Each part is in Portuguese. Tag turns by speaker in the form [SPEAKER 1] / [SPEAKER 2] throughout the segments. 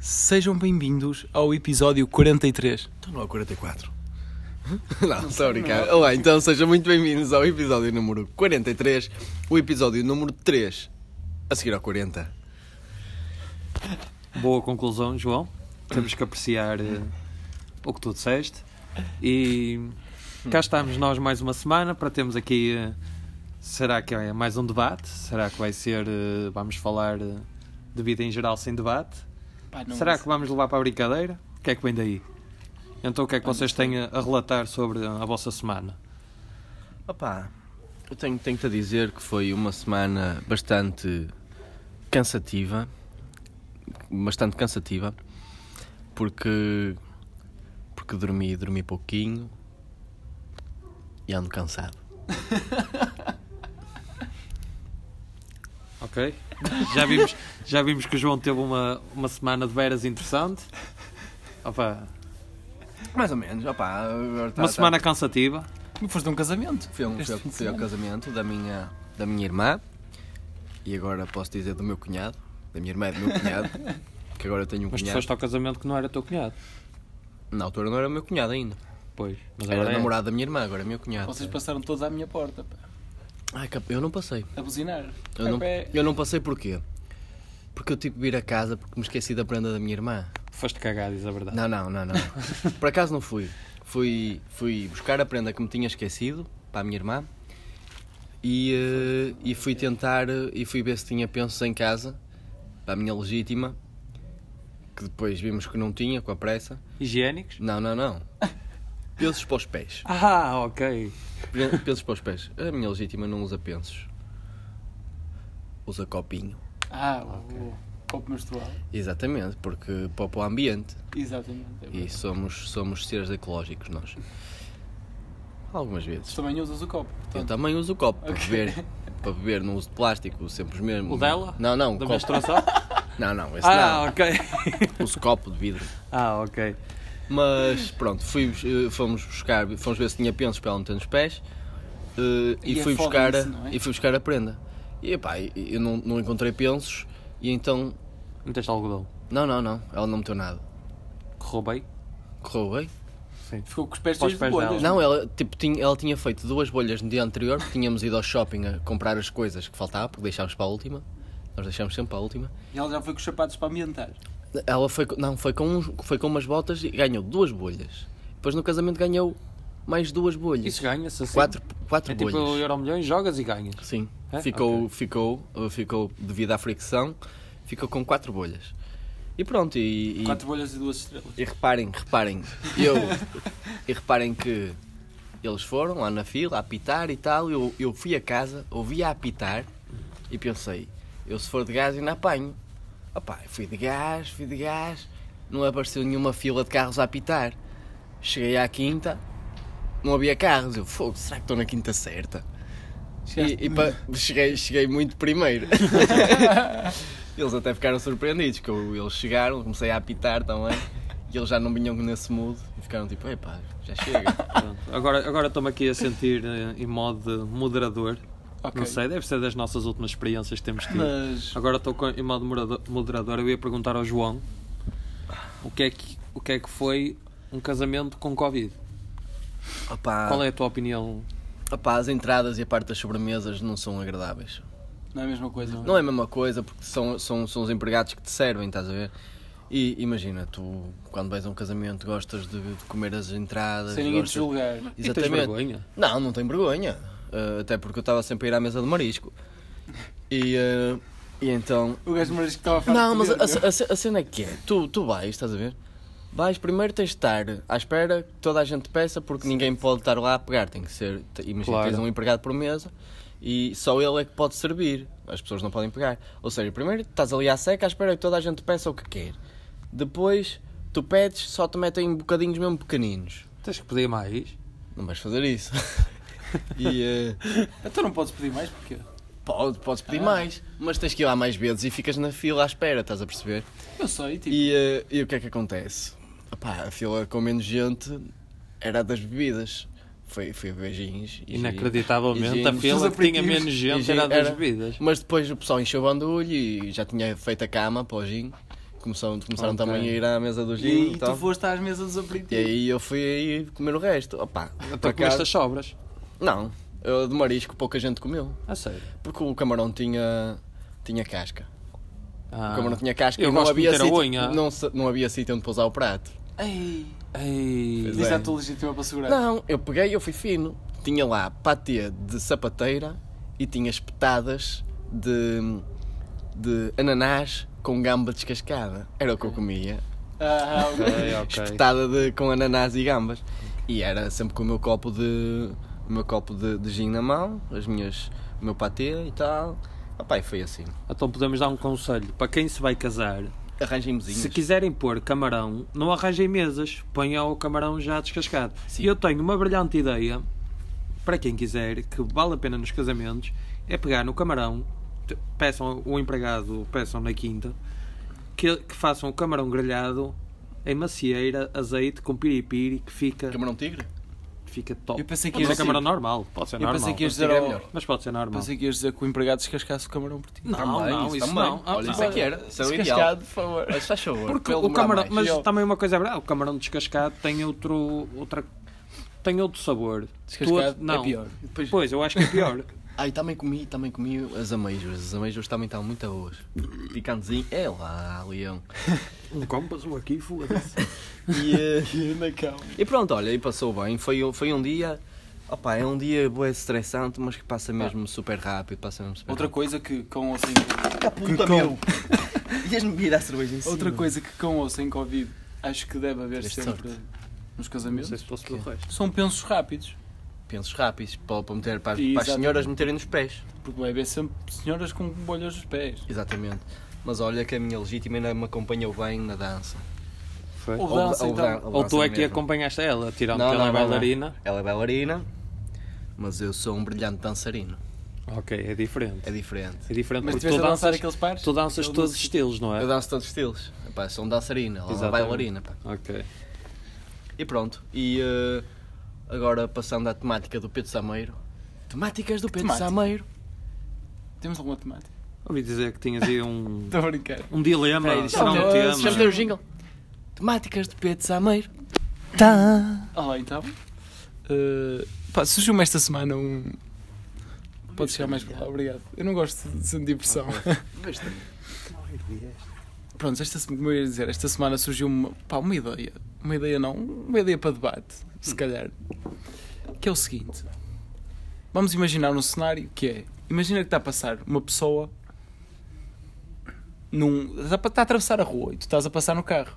[SPEAKER 1] Sejam bem-vindos ao episódio 43.
[SPEAKER 2] Então não é o 44. Não, estou a brincar. Olá, então sejam muito bem-vindos ao episódio número 43, o episódio número 3, a seguir ao 40.
[SPEAKER 3] Boa conclusão, João. Temos que apreciar eh, o que tu disseste. E cá estamos nós mais uma semana para termos aqui. eh, será que é mais um debate? Será que vai ser. eh, vamos falar eh, de vida em geral sem debate?
[SPEAKER 4] Pá, não- é
[SPEAKER 3] será que vamos levar para a brincadeira? O que é que vem daí? Então o que é que vocês têm a a relatar sobre a vossa semana?
[SPEAKER 2] Opa, eu tenho, tenho-te a dizer que foi uma semana bastante cansativa. Bastante cansativa. Porque. Porque dormi, dormi pouquinho. E ando cansado.
[SPEAKER 3] Ok? Já vimos, já vimos que o João teve uma, uma semana de veras interessante. Opa,
[SPEAKER 2] Mais ou menos, opa. Agora tá-
[SPEAKER 3] uma
[SPEAKER 2] tá-
[SPEAKER 3] semana cansativa.
[SPEAKER 1] Não foste a um casamento?
[SPEAKER 2] Foi, um,
[SPEAKER 1] Este
[SPEAKER 2] foi,
[SPEAKER 1] fim de
[SPEAKER 2] foi ao
[SPEAKER 1] semana.
[SPEAKER 2] casamento da minha, da minha irmã e agora posso dizer do meu cunhado, da minha irmã e do meu cunhado, que agora eu tenho um
[SPEAKER 3] Mas tu
[SPEAKER 2] cunhado.
[SPEAKER 3] foste ao casamento que não era teu cunhado.
[SPEAKER 2] Na altura não era meu cunhado ainda,
[SPEAKER 3] Pois. Mas
[SPEAKER 2] era
[SPEAKER 3] agora é.
[SPEAKER 2] namorado da minha irmã, agora é meu cunhado.
[SPEAKER 4] Vocês passaram todos à minha porta, pá,
[SPEAKER 2] Ai, cap- eu não passei.
[SPEAKER 4] a buzinar.
[SPEAKER 2] Eu não,
[SPEAKER 4] Pé, pé.
[SPEAKER 2] eu não passei porquê? Porque eu tive que vir a casa porque me esqueci da prenda da minha irmã.
[SPEAKER 3] Foste cagado, diz a verdade.
[SPEAKER 2] Não, não, não, não. Por acaso não fui. Fui, fui buscar a prenda que me tinha esquecido para a minha irmã e, eh, e fui tentar eh, e fui ver se tinha pensos em casa para a minha legítima, que depois vimos que não tinha com a pressa.
[SPEAKER 3] Higiênicos?
[SPEAKER 2] Não, não, não. Pensos para os pés.
[SPEAKER 3] Ah, ok.
[SPEAKER 2] Pre- Pensos para os pés. A minha legítima não usa pensos. Usa copinho.
[SPEAKER 4] Ah, o copo menstrual.
[SPEAKER 2] Exatamente, porque para para o ambiente.
[SPEAKER 4] Exatamente. é
[SPEAKER 2] E
[SPEAKER 4] verdade.
[SPEAKER 2] somos, somos seres ecológicos nós. Algumas
[SPEAKER 4] Tu
[SPEAKER 2] vezes.
[SPEAKER 4] também usas o copo.
[SPEAKER 2] Eu
[SPEAKER 4] portanto.
[SPEAKER 2] também uso o copo para
[SPEAKER 4] Ok.
[SPEAKER 2] beber. Para beber, não uso de plástico, sempre os mesmos.
[SPEAKER 3] O dela?
[SPEAKER 2] Não, não, o
[SPEAKER 3] Da
[SPEAKER 2] copo.
[SPEAKER 3] menstruação?
[SPEAKER 2] Não, não, esse
[SPEAKER 3] ah,
[SPEAKER 2] não.
[SPEAKER 3] ok.
[SPEAKER 2] Uso copo de vidro.
[SPEAKER 3] ah, ok.
[SPEAKER 2] Mas pronto, fui, eh, fomos buscar, fomos ver se tinha pensos para ela meter nos pés. eh, e,
[SPEAKER 4] E é
[SPEAKER 2] fui
[SPEAKER 4] foda
[SPEAKER 2] buscar a,
[SPEAKER 4] isso, não é?
[SPEAKER 2] e fui buscar a prenda. E pá, eu não, não encontrei pensos e então.
[SPEAKER 3] Meteste algodão.
[SPEAKER 2] Não, não, não, ela não meteu nada.
[SPEAKER 3] Correu bem?
[SPEAKER 2] Correu bem?
[SPEAKER 3] Sim.
[SPEAKER 4] Ficou com os pés
[SPEAKER 3] Para os
[SPEAKER 4] cheios de
[SPEAKER 3] pés
[SPEAKER 4] bolhas.
[SPEAKER 3] dela.
[SPEAKER 2] Não, ela, tipo, tinha, ela tinha feito duas bolhas no dia anterior, porque tínhamos ido ao shopping a comprar as coisas que faltava, porque deixámos para a última. Nós deixámos sempre para a última.
[SPEAKER 4] E ela já foi com os sapatos para ambientar.
[SPEAKER 2] Ela foi, co- não, foi, com, uns- foi com umas botas e ganhou duas bolhas. Depois no casamento ganhou mais duas bolhas.
[SPEAKER 3] Isso ganha-se assim.
[SPEAKER 2] Quatro, quatro
[SPEAKER 3] É tipo
[SPEAKER 2] bolhas.
[SPEAKER 3] o Euro milhões, jogas e ganhas.
[SPEAKER 2] Sim.
[SPEAKER 3] É?
[SPEAKER 2] Ficou, ficou, uh, ficou, devido à fricção, ficou com quatro bolhas. E pronto, e, e-
[SPEAKER 4] Quatro bolhas e duas estrelas.
[SPEAKER 2] E reparem, reparem, eu. e reparem que eles foram lá na fila a apitar e tal. Eu, eu fui a casa, ouvi a apitar e pensei, eu se for de gás ainda apanho. Opá, fui de gás, fui de gás, não apareceu nenhuma fila de carros a apitar. Cheguei à quinta, não havia carros. Eu, fogo, será que estou na quinta certa? E, e pa- cheguei, cheguei muito primeiro. eles até ficaram surpreendidos, que eu- eles chegaram, comecei a apitar também, e eles já não vinham nesse mood, e ficaram tipo, epá, já chega.
[SPEAKER 3] Pronto. Agora agora estou-me aqui a sentir eh, em modo de moderador.
[SPEAKER 4] Ok.
[SPEAKER 3] Não sei, deve ser das nossas últimas experiências que temos tido.
[SPEAKER 4] Mas.
[SPEAKER 3] Agora estou com- em modo moderado- moderador. Eu ia perguntar ao João o que é que, o que, é que foi um casamento com Covid.
[SPEAKER 2] Opá,
[SPEAKER 3] Qual é a tua opinião?
[SPEAKER 2] opá, as entradas e a parte das sobremesas não são agradáveis.
[SPEAKER 4] Não é a mesma coisa.
[SPEAKER 2] Não é a mesma coisa, porque são, são, são os empregados que te servem, estás a ver? E imagina, tu quando vais a um casamento gostas de, de comer as entradas.
[SPEAKER 4] Sem ninguém te
[SPEAKER 2] gostas...
[SPEAKER 4] julgar.
[SPEAKER 3] E tens vergonha?
[SPEAKER 2] Não, não tenho vergonha. Uh, até porque eu estava sempre a ir à mesa de marisco. E, uh, e então.
[SPEAKER 4] O gajo de marisco que estava a falar.
[SPEAKER 2] Não, mas a, a- a- a cena é que é. Tu, tu vais, estás a ver? Vais primeiro tens de estar à espera que toda a gente peça porque ninguém pode estar lá a pegar. Tem que ser. te- Imagina,
[SPEAKER 3] Claro.
[SPEAKER 2] tens um empregado por mesa e só ele é que pode servir. As pessoas não podem pegar. Ou seja, primeiro estás ali à seca à espera que toda a gente peça o que quer. Depois tu pedes, só te metem bocadinhos mesmo pequeninos.
[SPEAKER 3] Tens que pedir mais.
[SPEAKER 2] Não vais fazer isso. e eh,
[SPEAKER 4] Então não podes pedir mais porque.
[SPEAKER 2] pode, podes
[SPEAKER 4] Ah.
[SPEAKER 2] pedir mais, mas tens que ir lá mais vezes e ficas na fila à espera, estás a perceber?
[SPEAKER 4] Eu sei, tipo.
[SPEAKER 2] E, eh, e o que é que acontece? Opá, a fila com menos gente era a das bebidas. Foi, foi a ver gins e
[SPEAKER 3] Inacreditavelmente,
[SPEAKER 2] gins,
[SPEAKER 3] a
[SPEAKER 2] gins,
[SPEAKER 3] fila
[SPEAKER 4] Os
[SPEAKER 3] que tinha
[SPEAKER 4] aperitivos.
[SPEAKER 3] menos
[SPEAKER 2] e
[SPEAKER 3] gente
[SPEAKER 2] gin-
[SPEAKER 3] era das bebidas.
[SPEAKER 2] Mas depois o pessoal encheu o bandulho e já tinha feito a cama para o gin Começaram, começaram
[SPEAKER 3] Ok.
[SPEAKER 2] também a ir à mesa do gin
[SPEAKER 4] E,
[SPEAKER 2] e,
[SPEAKER 4] tu
[SPEAKER 2] tal.
[SPEAKER 4] foste às mesas dos aperitivos.
[SPEAKER 2] E aí eu fui aí comer o resto. Opa,
[SPEAKER 3] Então comeste as sobras.
[SPEAKER 2] Não, eu de marisco pouca gente comeu.
[SPEAKER 3] A sério.
[SPEAKER 2] Porque o camarão tinha, tinha casca.
[SPEAKER 3] Ah.
[SPEAKER 2] O camarão tinha casca
[SPEAKER 3] Eu
[SPEAKER 2] e não
[SPEAKER 3] gosto de
[SPEAKER 2] havia,
[SPEAKER 3] meter a
[SPEAKER 2] sítio,
[SPEAKER 3] unha.
[SPEAKER 2] Não, se- não havia sítio onde pousar o prato.
[SPEAKER 4] Ei,
[SPEAKER 3] Ei.
[SPEAKER 2] Pois
[SPEAKER 4] diz
[SPEAKER 2] é.
[SPEAKER 4] à tua legítima para segurar.
[SPEAKER 2] Não, eu peguei, eu fui fino. Tinha lá patê de sapateira e tinha espetadas de, de ananás com gamba descascada. Era o que eu comia.
[SPEAKER 4] Ah, ah, ok.
[SPEAKER 3] Ok, ok.
[SPEAKER 2] Espetada de, com ananás e gambas. E era sempre com o meu copo de. O meu copo de, de gin na mão, as minhas, o meu patê e tal. Opá, e foi assim.
[SPEAKER 3] Então podemos dar um conselho para quem se vai casar.
[SPEAKER 2] Arranjem mesinhas.
[SPEAKER 3] Se quiserem pôr camarão, não arranjem mesas, ponham o camarão já descascado. E eu tenho uma brilhante ideia, para quem quiser, que vale a pena nos casamentos, é pegar no camarão, te- peçam o empregado, peçam na quinta, que, que façam o camarão grelhado em macieira, azeite, com piripiri, que fica,
[SPEAKER 2] Camarão tigre?
[SPEAKER 3] fica top.
[SPEAKER 2] é
[SPEAKER 1] Eu pensei que
[SPEAKER 3] Pode
[SPEAKER 1] ias
[SPEAKER 3] ser camarão
[SPEAKER 1] dizer,
[SPEAKER 3] normal, pode ser
[SPEAKER 1] eu
[SPEAKER 3] normal,
[SPEAKER 1] pensei que ias
[SPEAKER 2] Tigre
[SPEAKER 1] dizer
[SPEAKER 2] é
[SPEAKER 1] ao-
[SPEAKER 2] melhor.
[SPEAKER 3] mas pode ser normal.
[SPEAKER 1] pensei que ias dizer que o empregado descascasse o camarão por ti.
[SPEAKER 3] Não,
[SPEAKER 2] Também,
[SPEAKER 3] não,
[SPEAKER 2] isso
[SPEAKER 3] isso
[SPEAKER 2] também.
[SPEAKER 3] não. Ah,
[SPEAKER 2] Olha, isso
[SPEAKER 3] pá.
[SPEAKER 2] é que era. Isso é o ideal.
[SPEAKER 4] Descascado, por favor.
[SPEAKER 2] Mas faz favor.
[SPEAKER 3] Porque
[SPEAKER 2] pelo
[SPEAKER 3] o
[SPEAKER 2] demorar
[SPEAKER 3] camarão,
[SPEAKER 2] mais.
[SPEAKER 3] mas
[SPEAKER 4] Eu-
[SPEAKER 3] também uma coisa é verdade, o camarão descascado tem outro, outra, tem outro sabor.
[SPEAKER 4] Descascado
[SPEAKER 3] Tu- não.
[SPEAKER 4] é pior.
[SPEAKER 3] Pois. eu acho que é pior.
[SPEAKER 2] Ai, também comi, também comi as ameijoas. As ameijoas também estavam muito boas. Picantezinho. É lá, leão.
[SPEAKER 3] um como passou aqui, foda-se.
[SPEAKER 2] E, eh,
[SPEAKER 4] Na cama.
[SPEAKER 2] e pronto, olha, e passou bem. Foi, um- foi um dia... Opa, é um dia bué estressante, mas que passa mesmo super rápido, passa mesmo super
[SPEAKER 4] Outra
[SPEAKER 2] rápido.
[SPEAKER 4] coisa que com ou sem
[SPEAKER 2] Outra puta, meu! Ias-me virar a cerveja em cima.
[SPEAKER 4] outra coisa que com ou sem Covid acho que deve haver
[SPEAKER 2] Tiveste
[SPEAKER 4] sempre nos
[SPEAKER 3] Não
[SPEAKER 4] casamentos
[SPEAKER 3] sei se posso pelo
[SPEAKER 4] é?
[SPEAKER 3] resto.
[SPEAKER 1] São pensos rápidos.
[SPEAKER 2] Pensos rápidos, para, para, meter, para, as- para as
[SPEAKER 4] Exatamente.
[SPEAKER 2] senhoras meterem nos pés.
[SPEAKER 4] porque vai haver sempre senhoras com bolhas nos pés.
[SPEAKER 2] Exatamente. Mas olha que a minha legítima ainda me acompanhou bem na dança.
[SPEAKER 3] Foi.
[SPEAKER 4] Ou
[SPEAKER 3] Ou,
[SPEAKER 2] Ou
[SPEAKER 4] dança,
[SPEAKER 2] ou
[SPEAKER 4] então.
[SPEAKER 2] dan- ou dança
[SPEAKER 3] tu é que
[SPEAKER 2] mesmo.
[SPEAKER 3] acompanhaste ela, tirando
[SPEAKER 2] Não,
[SPEAKER 3] que ela
[SPEAKER 2] não,
[SPEAKER 3] é
[SPEAKER 2] não, não.
[SPEAKER 3] bailarina.
[SPEAKER 2] Ela é bailarina, mas eu sou um brilhante dançarino.
[SPEAKER 3] Ok, é diferente.
[SPEAKER 2] É diferente.
[SPEAKER 3] É diferente
[SPEAKER 4] Mas
[SPEAKER 3] porque
[SPEAKER 4] tiveste
[SPEAKER 3] tu
[SPEAKER 4] a dançar
[SPEAKER 3] danças,
[SPEAKER 4] aqueles pares?
[SPEAKER 3] tu danças
[SPEAKER 4] Eu
[SPEAKER 3] todos os
[SPEAKER 4] não-
[SPEAKER 3] estilos, não é?
[SPEAKER 2] Eu danço todos os estilos. Epá, sou um dançarino, ela é uma
[SPEAKER 3] Exatamente.
[SPEAKER 2] bailarina. pá.
[SPEAKER 3] Ok.
[SPEAKER 2] E pronto. E eh, agora passando à temática do Pedro Sameiro. Temáticas do Pedro
[SPEAKER 4] Temática.
[SPEAKER 2] Sameiro.
[SPEAKER 4] Temos alguma temática?
[SPEAKER 3] Ouvi dizer que tinhas aí um,
[SPEAKER 4] Estou a brincar.
[SPEAKER 3] um dilema,
[SPEAKER 2] Espera
[SPEAKER 4] É
[SPEAKER 2] aí,
[SPEAKER 3] será
[SPEAKER 2] deixa-me
[SPEAKER 3] um
[SPEAKER 2] ter- deixa-me ter
[SPEAKER 3] tema.
[SPEAKER 2] o jingle. Temáticas do Pedro Sameiro.
[SPEAKER 4] Olá então.
[SPEAKER 1] Uh, Ah, pá, surgiu-me esta semana um. Pode chegar mais para lá, obrigado. Eu não gosto de sentir pressão. Pronto, esta, se- como eu ia dizer, esta semana surgiu uma, pá, uma ideia. Uma ideia não, uma ideia para debate, se calhar. Que é o seguinte: vamos imaginar um cenário que é. Imagina que está a passar uma pessoa. Num, está, a- está a atravessar a rua e tu estás a passar no carro.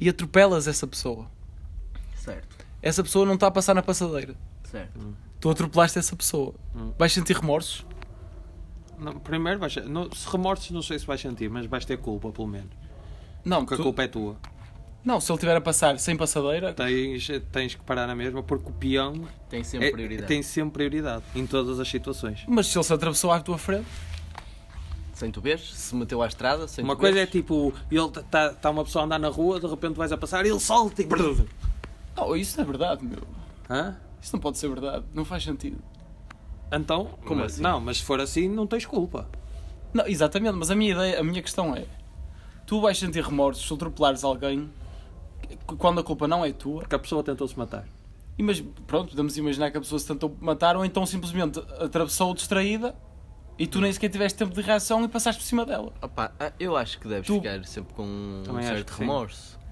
[SPEAKER 1] E atropelas essa pessoa.
[SPEAKER 2] Certo,
[SPEAKER 1] Essa pessoa não está a passar na passadeira.
[SPEAKER 2] certo.
[SPEAKER 1] Tu atropelaste essa pessoa.
[SPEAKER 3] Hum.
[SPEAKER 1] Vais sentir remorsos?
[SPEAKER 3] Não, primeiro, vais, não, se remorsos não sei se vais sentir, mas vais ter culpa, pelo menos.
[SPEAKER 1] Não,
[SPEAKER 3] Porque
[SPEAKER 1] tu-
[SPEAKER 3] a culpa é tua.
[SPEAKER 1] não, se ele estiver a passar sem passadeira,
[SPEAKER 3] Tens, tens que parar na mesma, porque o peão
[SPEAKER 2] Tem sempre
[SPEAKER 3] É-
[SPEAKER 2] prioridade.
[SPEAKER 3] Tem sempre prioridade em todas as situações.
[SPEAKER 1] mas se ele se atravessou à tua frente,
[SPEAKER 2] Sem tu veres, se meteu à estrada, sem
[SPEAKER 3] uma
[SPEAKER 2] tu
[SPEAKER 3] coisa é
[SPEAKER 2] veres.
[SPEAKER 3] tipo, ele está tá uma pessoa a andar na rua, de repente vais a passar, ele solta e. brrr.
[SPEAKER 4] Oh, isso não é verdade, meu.
[SPEAKER 3] Hã?
[SPEAKER 4] Isso não pode ser verdade. Não faz sentido.
[SPEAKER 3] Então,
[SPEAKER 2] Como
[SPEAKER 3] mas-
[SPEAKER 2] assim?
[SPEAKER 3] não, mas se for assim, não tens culpa.
[SPEAKER 4] Não, exatamente, mas a minha ideia, a minha questão é: tu vais sentir remorsos se atropelares alguém c- quando a culpa não é tua?
[SPEAKER 3] Porque a pessoa tentou-se matar.
[SPEAKER 4] E mas pronto, podemos imaginar que a pessoa se tentou matar ou então simplesmente atravessou distraída e tu nem sequer tiveste tempo de reação e passaste por cima dela.
[SPEAKER 2] Opa, ah, eu acho que deves
[SPEAKER 4] Tu-
[SPEAKER 2] ficar sempre com um
[SPEAKER 3] Também acho
[SPEAKER 2] certo
[SPEAKER 3] que sim.
[SPEAKER 2] remorso.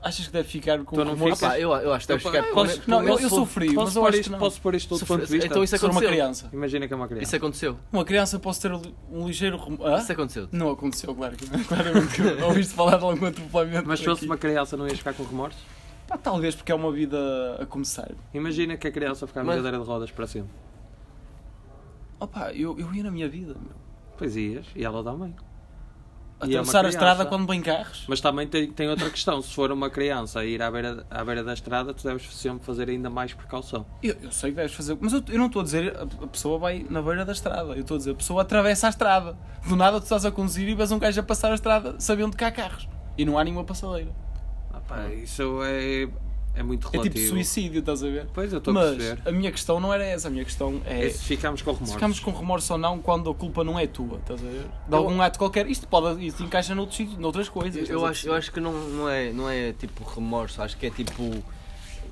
[SPEAKER 4] Achas que deve ficar com
[SPEAKER 3] Tu não
[SPEAKER 4] remorso?
[SPEAKER 3] ficas?
[SPEAKER 2] Opa, eu, eu acho que deves
[SPEAKER 3] Opa,
[SPEAKER 2] ficar
[SPEAKER 3] eu
[SPEAKER 2] com- um
[SPEAKER 4] acho que não,
[SPEAKER 2] com-
[SPEAKER 4] eu- eu sofri,
[SPEAKER 3] posso
[SPEAKER 4] mas eu
[SPEAKER 3] pôr
[SPEAKER 4] acho que
[SPEAKER 3] isto,
[SPEAKER 4] não.
[SPEAKER 3] Posso pôr isto do ponto de
[SPEAKER 2] Sofre-
[SPEAKER 3] vista?
[SPEAKER 2] Então isso
[SPEAKER 4] Se for é uma
[SPEAKER 2] aconteceu.
[SPEAKER 4] criança.
[SPEAKER 3] Imagina que é uma
[SPEAKER 2] Isso
[SPEAKER 3] criança.
[SPEAKER 2] aconteceu.
[SPEAKER 4] Uma criança pode ter ali um ligeiro remorso.
[SPEAKER 3] é
[SPEAKER 2] Isso aconteceu.
[SPEAKER 4] Não aconteceu, claro que claramente que ouviste falar de algum atropelamento.
[SPEAKER 3] Mas se
[SPEAKER 4] por
[SPEAKER 3] fosse
[SPEAKER 4] aqui.
[SPEAKER 3] uma criança, não ias ficar com remorsos?
[SPEAKER 4] Pá, talvez porque é uma vida a começar.
[SPEAKER 3] Imagina que a criança ficar numa
[SPEAKER 2] Mas-
[SPEAKER 3] cadeira de rodas para sempre.
[SPEAKER 4] Opa, eu, eu ia na minha
[SPEAKER 3] é
[SPEAKER 4] vida, meu.
[SPEAKER 3] Pois ias, e ela também. E é uma
[SPEAKER 4] Atravessar a estrada
[SPEAKER 3] criança.
[SPEAKER 4] quando vem carros.
[SPEAKER 3] Mas também tem, tem outra questão. Se for uma criança a ir à beira, à beira da estrada, tu deves sempre fazer ainda mais precaução.
[SPEAKER 4] Eu, eu sei que deves fazer, mas eu, eu não estou a dizer a, a pessoa vai na beira da estrada, eu estou a dizer a pessoa atravessa a estrada. Do nada tu estás a conduzir e vês um gajo a passar a estrada sabendo que há carros e não há nenhuma passadeira.
[SPEAKER 3] Ah pá, isso é, é muito
[SPEAKER 4] É
[SPEAKER 3] relativo.
[SPEAKER 4] tipo suicídio, estás a ver?
[SPEAKER 3] Pois, eu estou a
[SPEAKER 4] Mas
[SPEAKER 3] perceber.
[SPEAKER 4] a minha questão não era essa, a minha questão é.
[SPEAKER 3] É se ficarmos com remorsos.
[SPEAKER 4] Se ficamos com remorso ou não quando a culpa não é tua, estás a ver? De
[SPEAKER 2] Eu-
[SPEAKER 4] algum ato qualquer, isto pode isto encaixa noutros, sítios, noutras coisas.
[SPEAKER 2] Eu,
[SPEAKER 4] estás
[SPEAKER 2] eu
[SPEAKER 4] a
[SPEAKER 2] acho, eu acho que não, não, é, não é tipo remorso, acho que é tipo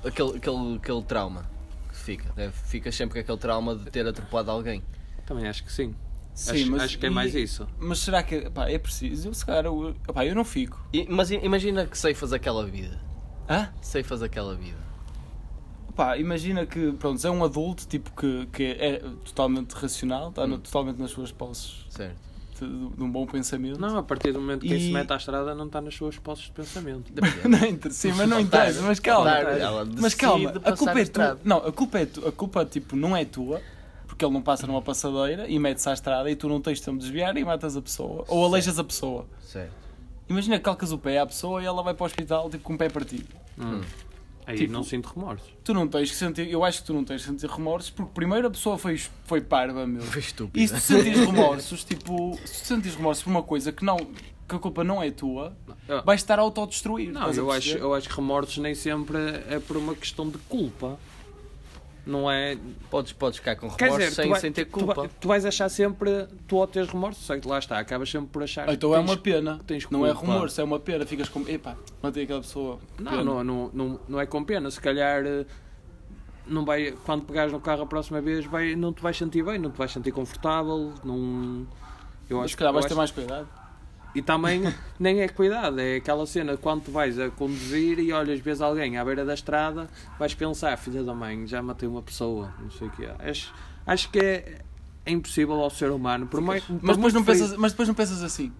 [SPEAKER 2] aquele, aquele, aquele trauma que fica. Deve, fica sempre com aquele trauma de ter atropelado alguém.
[SPEAKER 3] Também acho que sim.
[SPEAKER 4] Sim,
[SPEAKER 3] acho,
[SPEAKER 4] mas
[SPEAKER 3] acho que é
[SPEAKER 4] e-
[SPEAKER 3] mais isso.
[SPEAKER 4] Mas será que pá, é preciso? Eu, se calhar, eu, pá, eu não fico.
[SPEAKER 2] E- mas i- imagina que ceifas aquela vida.
[SPEAKER 4] Hã?
[SPEAKER 2] Ceifas aquela vida.
[SPEAKER 4] Pá, imagina que pronto, é um adulto tipo que, que é totalmente racional, está no-
[SPEAKER 3] Hum.
[SPEAKER 4] totalmente nas suas posses
[SPEAKER 2] Certo.
[SPEAKER 4] de, de um bom pensamento.
[SPEAKER 3] Não, a partir do momento que quem
[SPEAKER 4] E-
[SPEAKER 3] se mete à estrada não está nas suas posses de pensamento.
[SPEAKER 4] não interessa, sim, mas não interessa, mas calma. tá?
[SPEAKER 2] Ela- ela
[SPEAKER 4] Mas
[SPEAKER 2] decide
[SPEAKER 4] calma, a
[SPEAKER 2] passar
[SPEAKER 4] culpa é tua.
[SPEAKER 2] estrada.
[SPEAKER 4] Não, a culpa é tua. A culpa tipo não é tua. Porque ele não passa numa passadeira e mete-se à estrada e tu não tens tempo de desviar e matas a pessoa. Ou aleijas a pessoa.
[SPEAKER 2] Certo.
[SPEAKER 4] Imagina que calcas o pé à pessoa e ela vai para o hospital tipo com o pé partido.
[SPEAKER 3] Hum. Aí
[SPEAKER 4] Tipo-
[SPEAKER 3] não sinto remorsos.
[SPEAKER 4] Tu não tens que sentir, eu acho que tu não tens que sentir remorsos porque primeiro a pessoa foi, foi parva, meu.
[SPEAKER 2] Foi estúpido.
[SPEAKER 4] E se tu sentires remorsos, tipo, se tu sentires remorsos por uma coisa que não, que a culpa não é tua,
[SPEAKER 3] Eu-
[SPEAKER 4] vais estar a autodestruir.
[SPEAKER 3] Não,
[SPEAKER 4] estás a
[SPEAKER 3] eu acho,
[SPEAKER 4] perceber?
[SPEAKER 3] eu acho que remorsos nem sempre é por uma questão de culpa. Não é.
[SPEAKER 2] Podes, podes ficar com
[SPEAKER 3] Quer
[SPEAKER 2] remorso
[SPEAKER 3] dizer,
[SPEAKER 2] sem,
[SPEAKER 3] tu, vai-
[SPEAKER 2] sem ter
[SPEAKER 3] tu vai-
[SPEAKER 2] culpa.
[SPEAKER 3] tu vais achar sempre. Tu ao teres remorsos, só que lá está, acabas sempre por achar.
[SPEAKER 4] Então
[SPEAKER 3] que
[SPEAKER 4] é
[SPEAKER 3] tens-
[SPEAKER 4] uma pena.
[SPEAKER 3] tens
[SPEAKER 4] não é
[SPEAKER 3] culpa.
[SPEAKER 4] remorso, é uma pena. Ficas como, epá, matei aquela pessoa.
[SPEAKER 3] Não,
[SPEAKER 4] Pena.
[SPEAKER 3] não, não, não, não é com pena. Se calhar eh, não vai, quando pegares no carro a próxima vez vai, não te vais sentir bem, não te vais sentir confortável. Não, eu
[SPEAKER 4] Mas
[SPEAKER 3] acho
[SPEAKER 4] se calhar
[SPEAKER 3] eu
[SPEAKER 4] vais ter
[SPEAKER 3] acho-
[SPEAKER 4] mais cuidado.
[SPEAKER 3] E também nem é cuidado, é aquela cena quando tu vais a conduzir e olhas, vês alguém à beira da estrada, vais pensar, "Ah, filha da mãe, já matei uma pessoa, não sei o que Acho, acho que é, é impossível ao ser humano. Por mais, por
[SPEAKER 4] Mas depois,
[SPEAKER 3] muito
[SPEAKER 4] não
[SPEAKER 3] feri-
[SPEAKER 4] pensas, mas depois não pensas assim.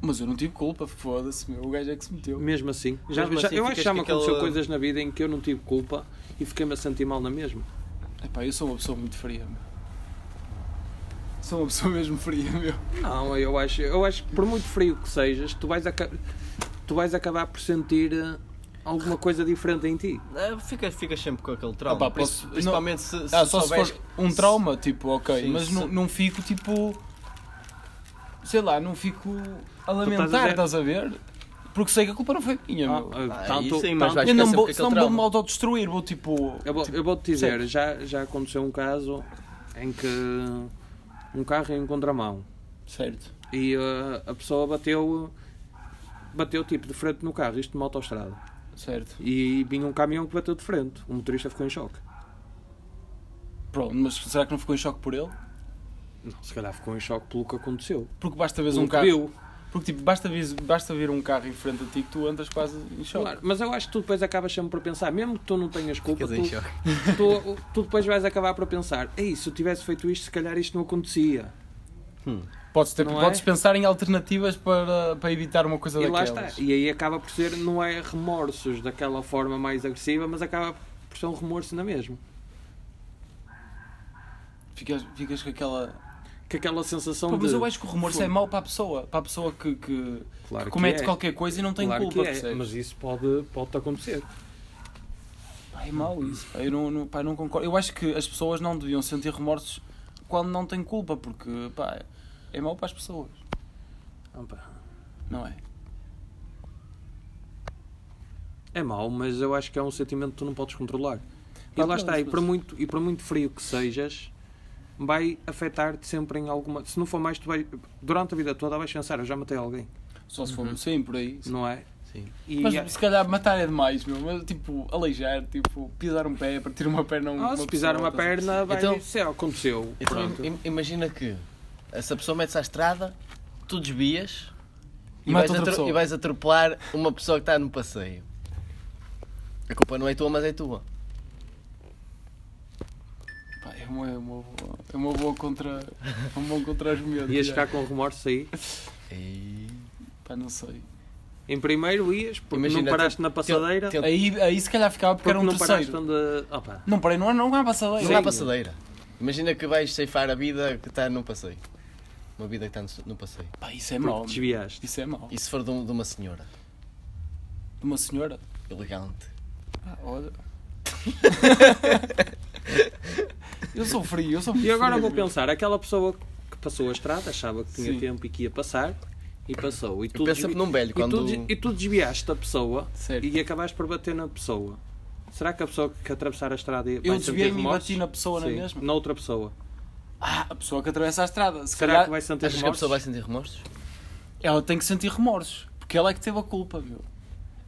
[SPEAKER 4] Mas eu não tive culpa, foda-se, meu. O gajo é que se meteu.
[SPEAKER 3] Mesmo assim, já,
[SPEAKER 2] Mesmo
[SPEAKER 3] já-
[SPEAKER 2] assim
[SPEAKER 3] eu acho
[SPEAKER 2] ficas
[SPEAKER 3] que já me
[SPEAKER 2] com aquela-
[SPEAKER 3] aconteceu coisas na vida em que eu não tive culpa e fiquei-me a sentir mal na mesma.
[SPEAKER 4] Epá, eu sou uma pessoa muito fria, meu. Sou uma pessoa mesmo fria, meu.
[SPEAKER 3] Não, eu acho, eu acho que por muito frio que sejas, tu vais, aca- tu vais acabar por sentir eh, alguma coisa diferente em ti.
[SPEAKER 2] Ah, Ficas fica sempre com aquele trauma.
[SPEAKER 4] Ah pá, posso-
[SPEAKER 2] Princi- Principalmente se, se
[SPEAKER 4] Ah, só
[SPEAKER 2] souberes-
[SPEAKER 4] se for um trauma, tipo, ok,
[SPEAKER 2] Sim,
[SPEAKER 4] mas
[SPEAKER 2] se-
[SPEAKER 4] não, não fico tipo. Sei lá, não fico a lamentar,
[SPEAKER 3] estás a ver-
[SPEAKER 4] estás a ver? Porque sei que a culpa não foi minha,
[SPEAKER 3] Ah, é
[SPEAKER 4] meu.
[SPEAKER 3] eh,
[SPEAKER 2] Ah,
[SPEAKER 3] tanto-
[SPEAKER 2] isso aí, mas
[SPEAKER 3] tanto-
[SPEAKER 2] vais
[SPEAKER 4] Eu não
[SPEAKER 2] esquecer
[SPEAKER 4] vou,
[SPEAKER 2] porque
[SPEAKER 4] senão
[SPEAKER 2] aquele
[SPEAKER 4] vou-me
[SPEAKER 2] trauma.
[SPEAKER 4] autodestruir, vou tipo.
[SPEAKER 3] Eu vou, eu vou te dizer,
[SPEAKER 4] Sim.
[SPEAKER 3] já, já aconteceu um caso em que um carro em contramão
[SPEAKER 4] Certo.
[SPEAKER 3] e eh, a pessoa bateu bateu tipo de frente no carro, isto numa autoestrada.
[SPEAKER 4] Certo.
[SPEAKER 3] E vinha um caminhão que bateu de frente. O motorista ficou em choque.
[SPEAKER 4] Pronto, mas será que não ficou em choque por ele?
[SPEAKER 3] Não, se calhar ficou em choque pelo que aconteceu.
[SPEAKER 4] Porque basta ver
[SPEAKER 3] Pelo
[SPEAKER 4] um
[SPEAKER 3] que
[SPEAKER 4] carro.
[SPEAKER 3] viu.
[SPEAKER 4] Porque tipo, basta vir, basta vir um carro em frente a ti que tu andas quase em choque.
[SPEAKER 3] Claro, mas eu acho que tu depois acabas sempre por pensar, mesmo que tu não tenhas culpa,
[SPEAKER 2] Ficas em
[SPEAKER 3] tu,
[SPEAKER 2] choque.
[SPEAKER 3] tu, tu depois vais acabar por pensar, ei, se eu tivesse feito isto, se calhar isto não acontecia.
[SPEAKER 4] Podes, ter,
[SPEAKER 3] Não é?
[SPEAKER 4] podes pensar em alternativas para, para evitar uma coisa
[SPEAKER 3] E lá
[SPEAKER 4] daquelas.
[SPEAKER 3] está. E aí acaba por ser, não é remorsos daquela forma mais agressiva, mas acaba por ser um remorso na mesma.
[SPEAKER 4] Ficas, ficas com aquela.
[SPEAKER 3] Que aquela sensação
[SPEAKER 4] Pô, mas
[SPEAKER 3] de.
[SPEAKER 4] eu acho que o remorso é mau para a pessoa. Para a pessoa que, que
[SPEAKER 3] Claro que
[SPEAKER 4] comete
[SPEAKER 3] é.
[SPEAKER 4] qualquer coisa e não tem
[SPEAKER 3] Claro
[SPEAKER 4] culpa,
[SPEAKER 3] que é,
[SPEAKER 4] percebes?
[SPEAKER 3] mas isso pode, pode acontecer.
[SPEAKER 4] Pá, é mau isso. Pá, eu não, não- pá, não concordo. Eu acho que as pessoas não deviam sentir remorsos quando não têm culpa, porque pá, é mau para as pessoas, não é?
[SPEAKER 3] É mau, mas eu acho que é um sentimento que tu não podes controlar. E
[SPEAKER 4] Pá,
[SPEAKER 3] lá
[SPEAKER 4] pronto,
[SPEAKER 3] está, e
[SPEAKER 4] mas-
[SPEAKER 3] por, muito, e por muito frio que sejas, vai afetar-te sempre em alguma. Se não for mais, tu vai, durante a vida toda vais pensar, eu já matei alguém,
[SPEAKER 4] Só se for
[SPEAKER 3] Uhum.
[SPEAKER 4] sim, por aí.
[SPEAKER 3] não é?
[SPEAKER 2] Sim.
[SPEAKER 3] E
[SPEAKER 4] Mas
[SPEAKER 3] é-
[SPEAKER 4] se calhar matar é demais, meu. Mas tipo, aleijar, tipo, pisar um pé, partir uma perna. a
[SPEAKER 3] ah,
[SPEAKER 4] uma
[SPEAKER 3] se pisar
[SPEAKER 4] pessoa, tá
[SPEAKER 3] uma
[SPEAKER 4] estás a ver?
[SPEAKER 3] perna, vai
[SPEAKER 2] Então-
[SPEAKER 3] dizer, é, aconteceu.
[SPEAKER 2] Então,
[SPEAKER 3] Pronto.
[SPEAKER 2] im- imagina que essa pessoa mete-se à estrada, tu desvias e,
[SPEAKER 4] Mata
[SPEAKER 2] vais
[SPEAKER 4] outra
[SPEAKER 2] atro-
[SPEAKER 4] pessoa.
[SPEAKER 2] e vais atropelar uma pessoa que está no passeio. A culpa não é tua, mas é tua.
[SPEAKER 4] Pá, é, uma, é, uma boa, é uma boa contra. É um bom contra-argumento.
[SPEAKER 3] Ias
[SPEAKER 4] já.
[SPEAKER 3] ficar com remorso aí.
[SPEAKER 2] E...
[SPEAKER 4] Pá, não sei.
[SPEAKER 3] Em primeiro ias, porque
[SPEAKER 2] Imagina,
[SPEAKER 3] não paraste na passadeira,
[SPEAKER 2] teu-
[SPEAKER 4] Aí, aí se calhar ficava porque,
[SPEAKER 3] porque
[SPEAKER 4] era um
[SPEAKER 3] não paraste
[SPEAKER 4] terceiro.
[SPEAKER 3] onde... Opa,
[SPEAKER 4] Não, parei, não há, não há passadeira.
[SPEAKER 2] Não há passadeira. Imagina que vais ceifar a vida que está no passeio. Uma vida que está no- no passeio.
[SPEAKER 4] Pá, isso é
[SPEAKER 3] porque
[SPEAKER 4] mau.
[SPEAKER 3] te
[SPEAKER 4] meu.
[SPEAKER 3] desviaste.
[SPEAKER 4] Isso é mau.
[SPEAKER 2] E se for de, um- de uma senhora?
[SPEAKER 4] De uma senhora.
[SPEAKER 2] Elegante.
[SPEAKER 4] Ah, olha. eu sou frio, eu sou frio.
[SPEAKER 3] E agora vou pensar, aquela pessoa que passou a estrada, achava que tinha
[SPEAKER 4] Sim.
[SPEAKER 3] tempo e que ia passar, e passou. E tu,
[SPEAKER 2] Eu penso
[SPEAKER 3] desvi-
[SPEAKER 2] sempre num velho
[SPEAKER 3] e tu
[SPEAKER 2] quando.
[SPEAKER 3] des- e tu desviaste a pessoa
[SPEAKER 4] Certo.
[SPEAKER 3] e acabaste por bater na pessoa. Será que a pessoa que atravessar a estrada
[SPEAKER 4] Eu
[SPEAKER 3] vai sentir
[SPEAKER 4] desviei-me e
[SPEAKER 3] remorsos?
[SPEAKER 4] bati na pessoa, não é
[SPEAKER 3] Sim,
[SPEAKER 4] mesmo?
[SPEAKER 3] Na outra pessoa.
[SPEAKER 4] Ah, a pessoa que atravessa a estrada. Se
[SPEAKER 3] Será
[SPEAKER 4] calhar
[SPEAKER 3] que vai sentir
[SPEAKER 2] Achas que a
[SPEAKER 3] remorsos?
[SPEAKER 2] pessoa vai sentir remorsos?
[SPEAKER 4] ela tem que sentir remorsos. Porque ela é que teve a culpa, meu.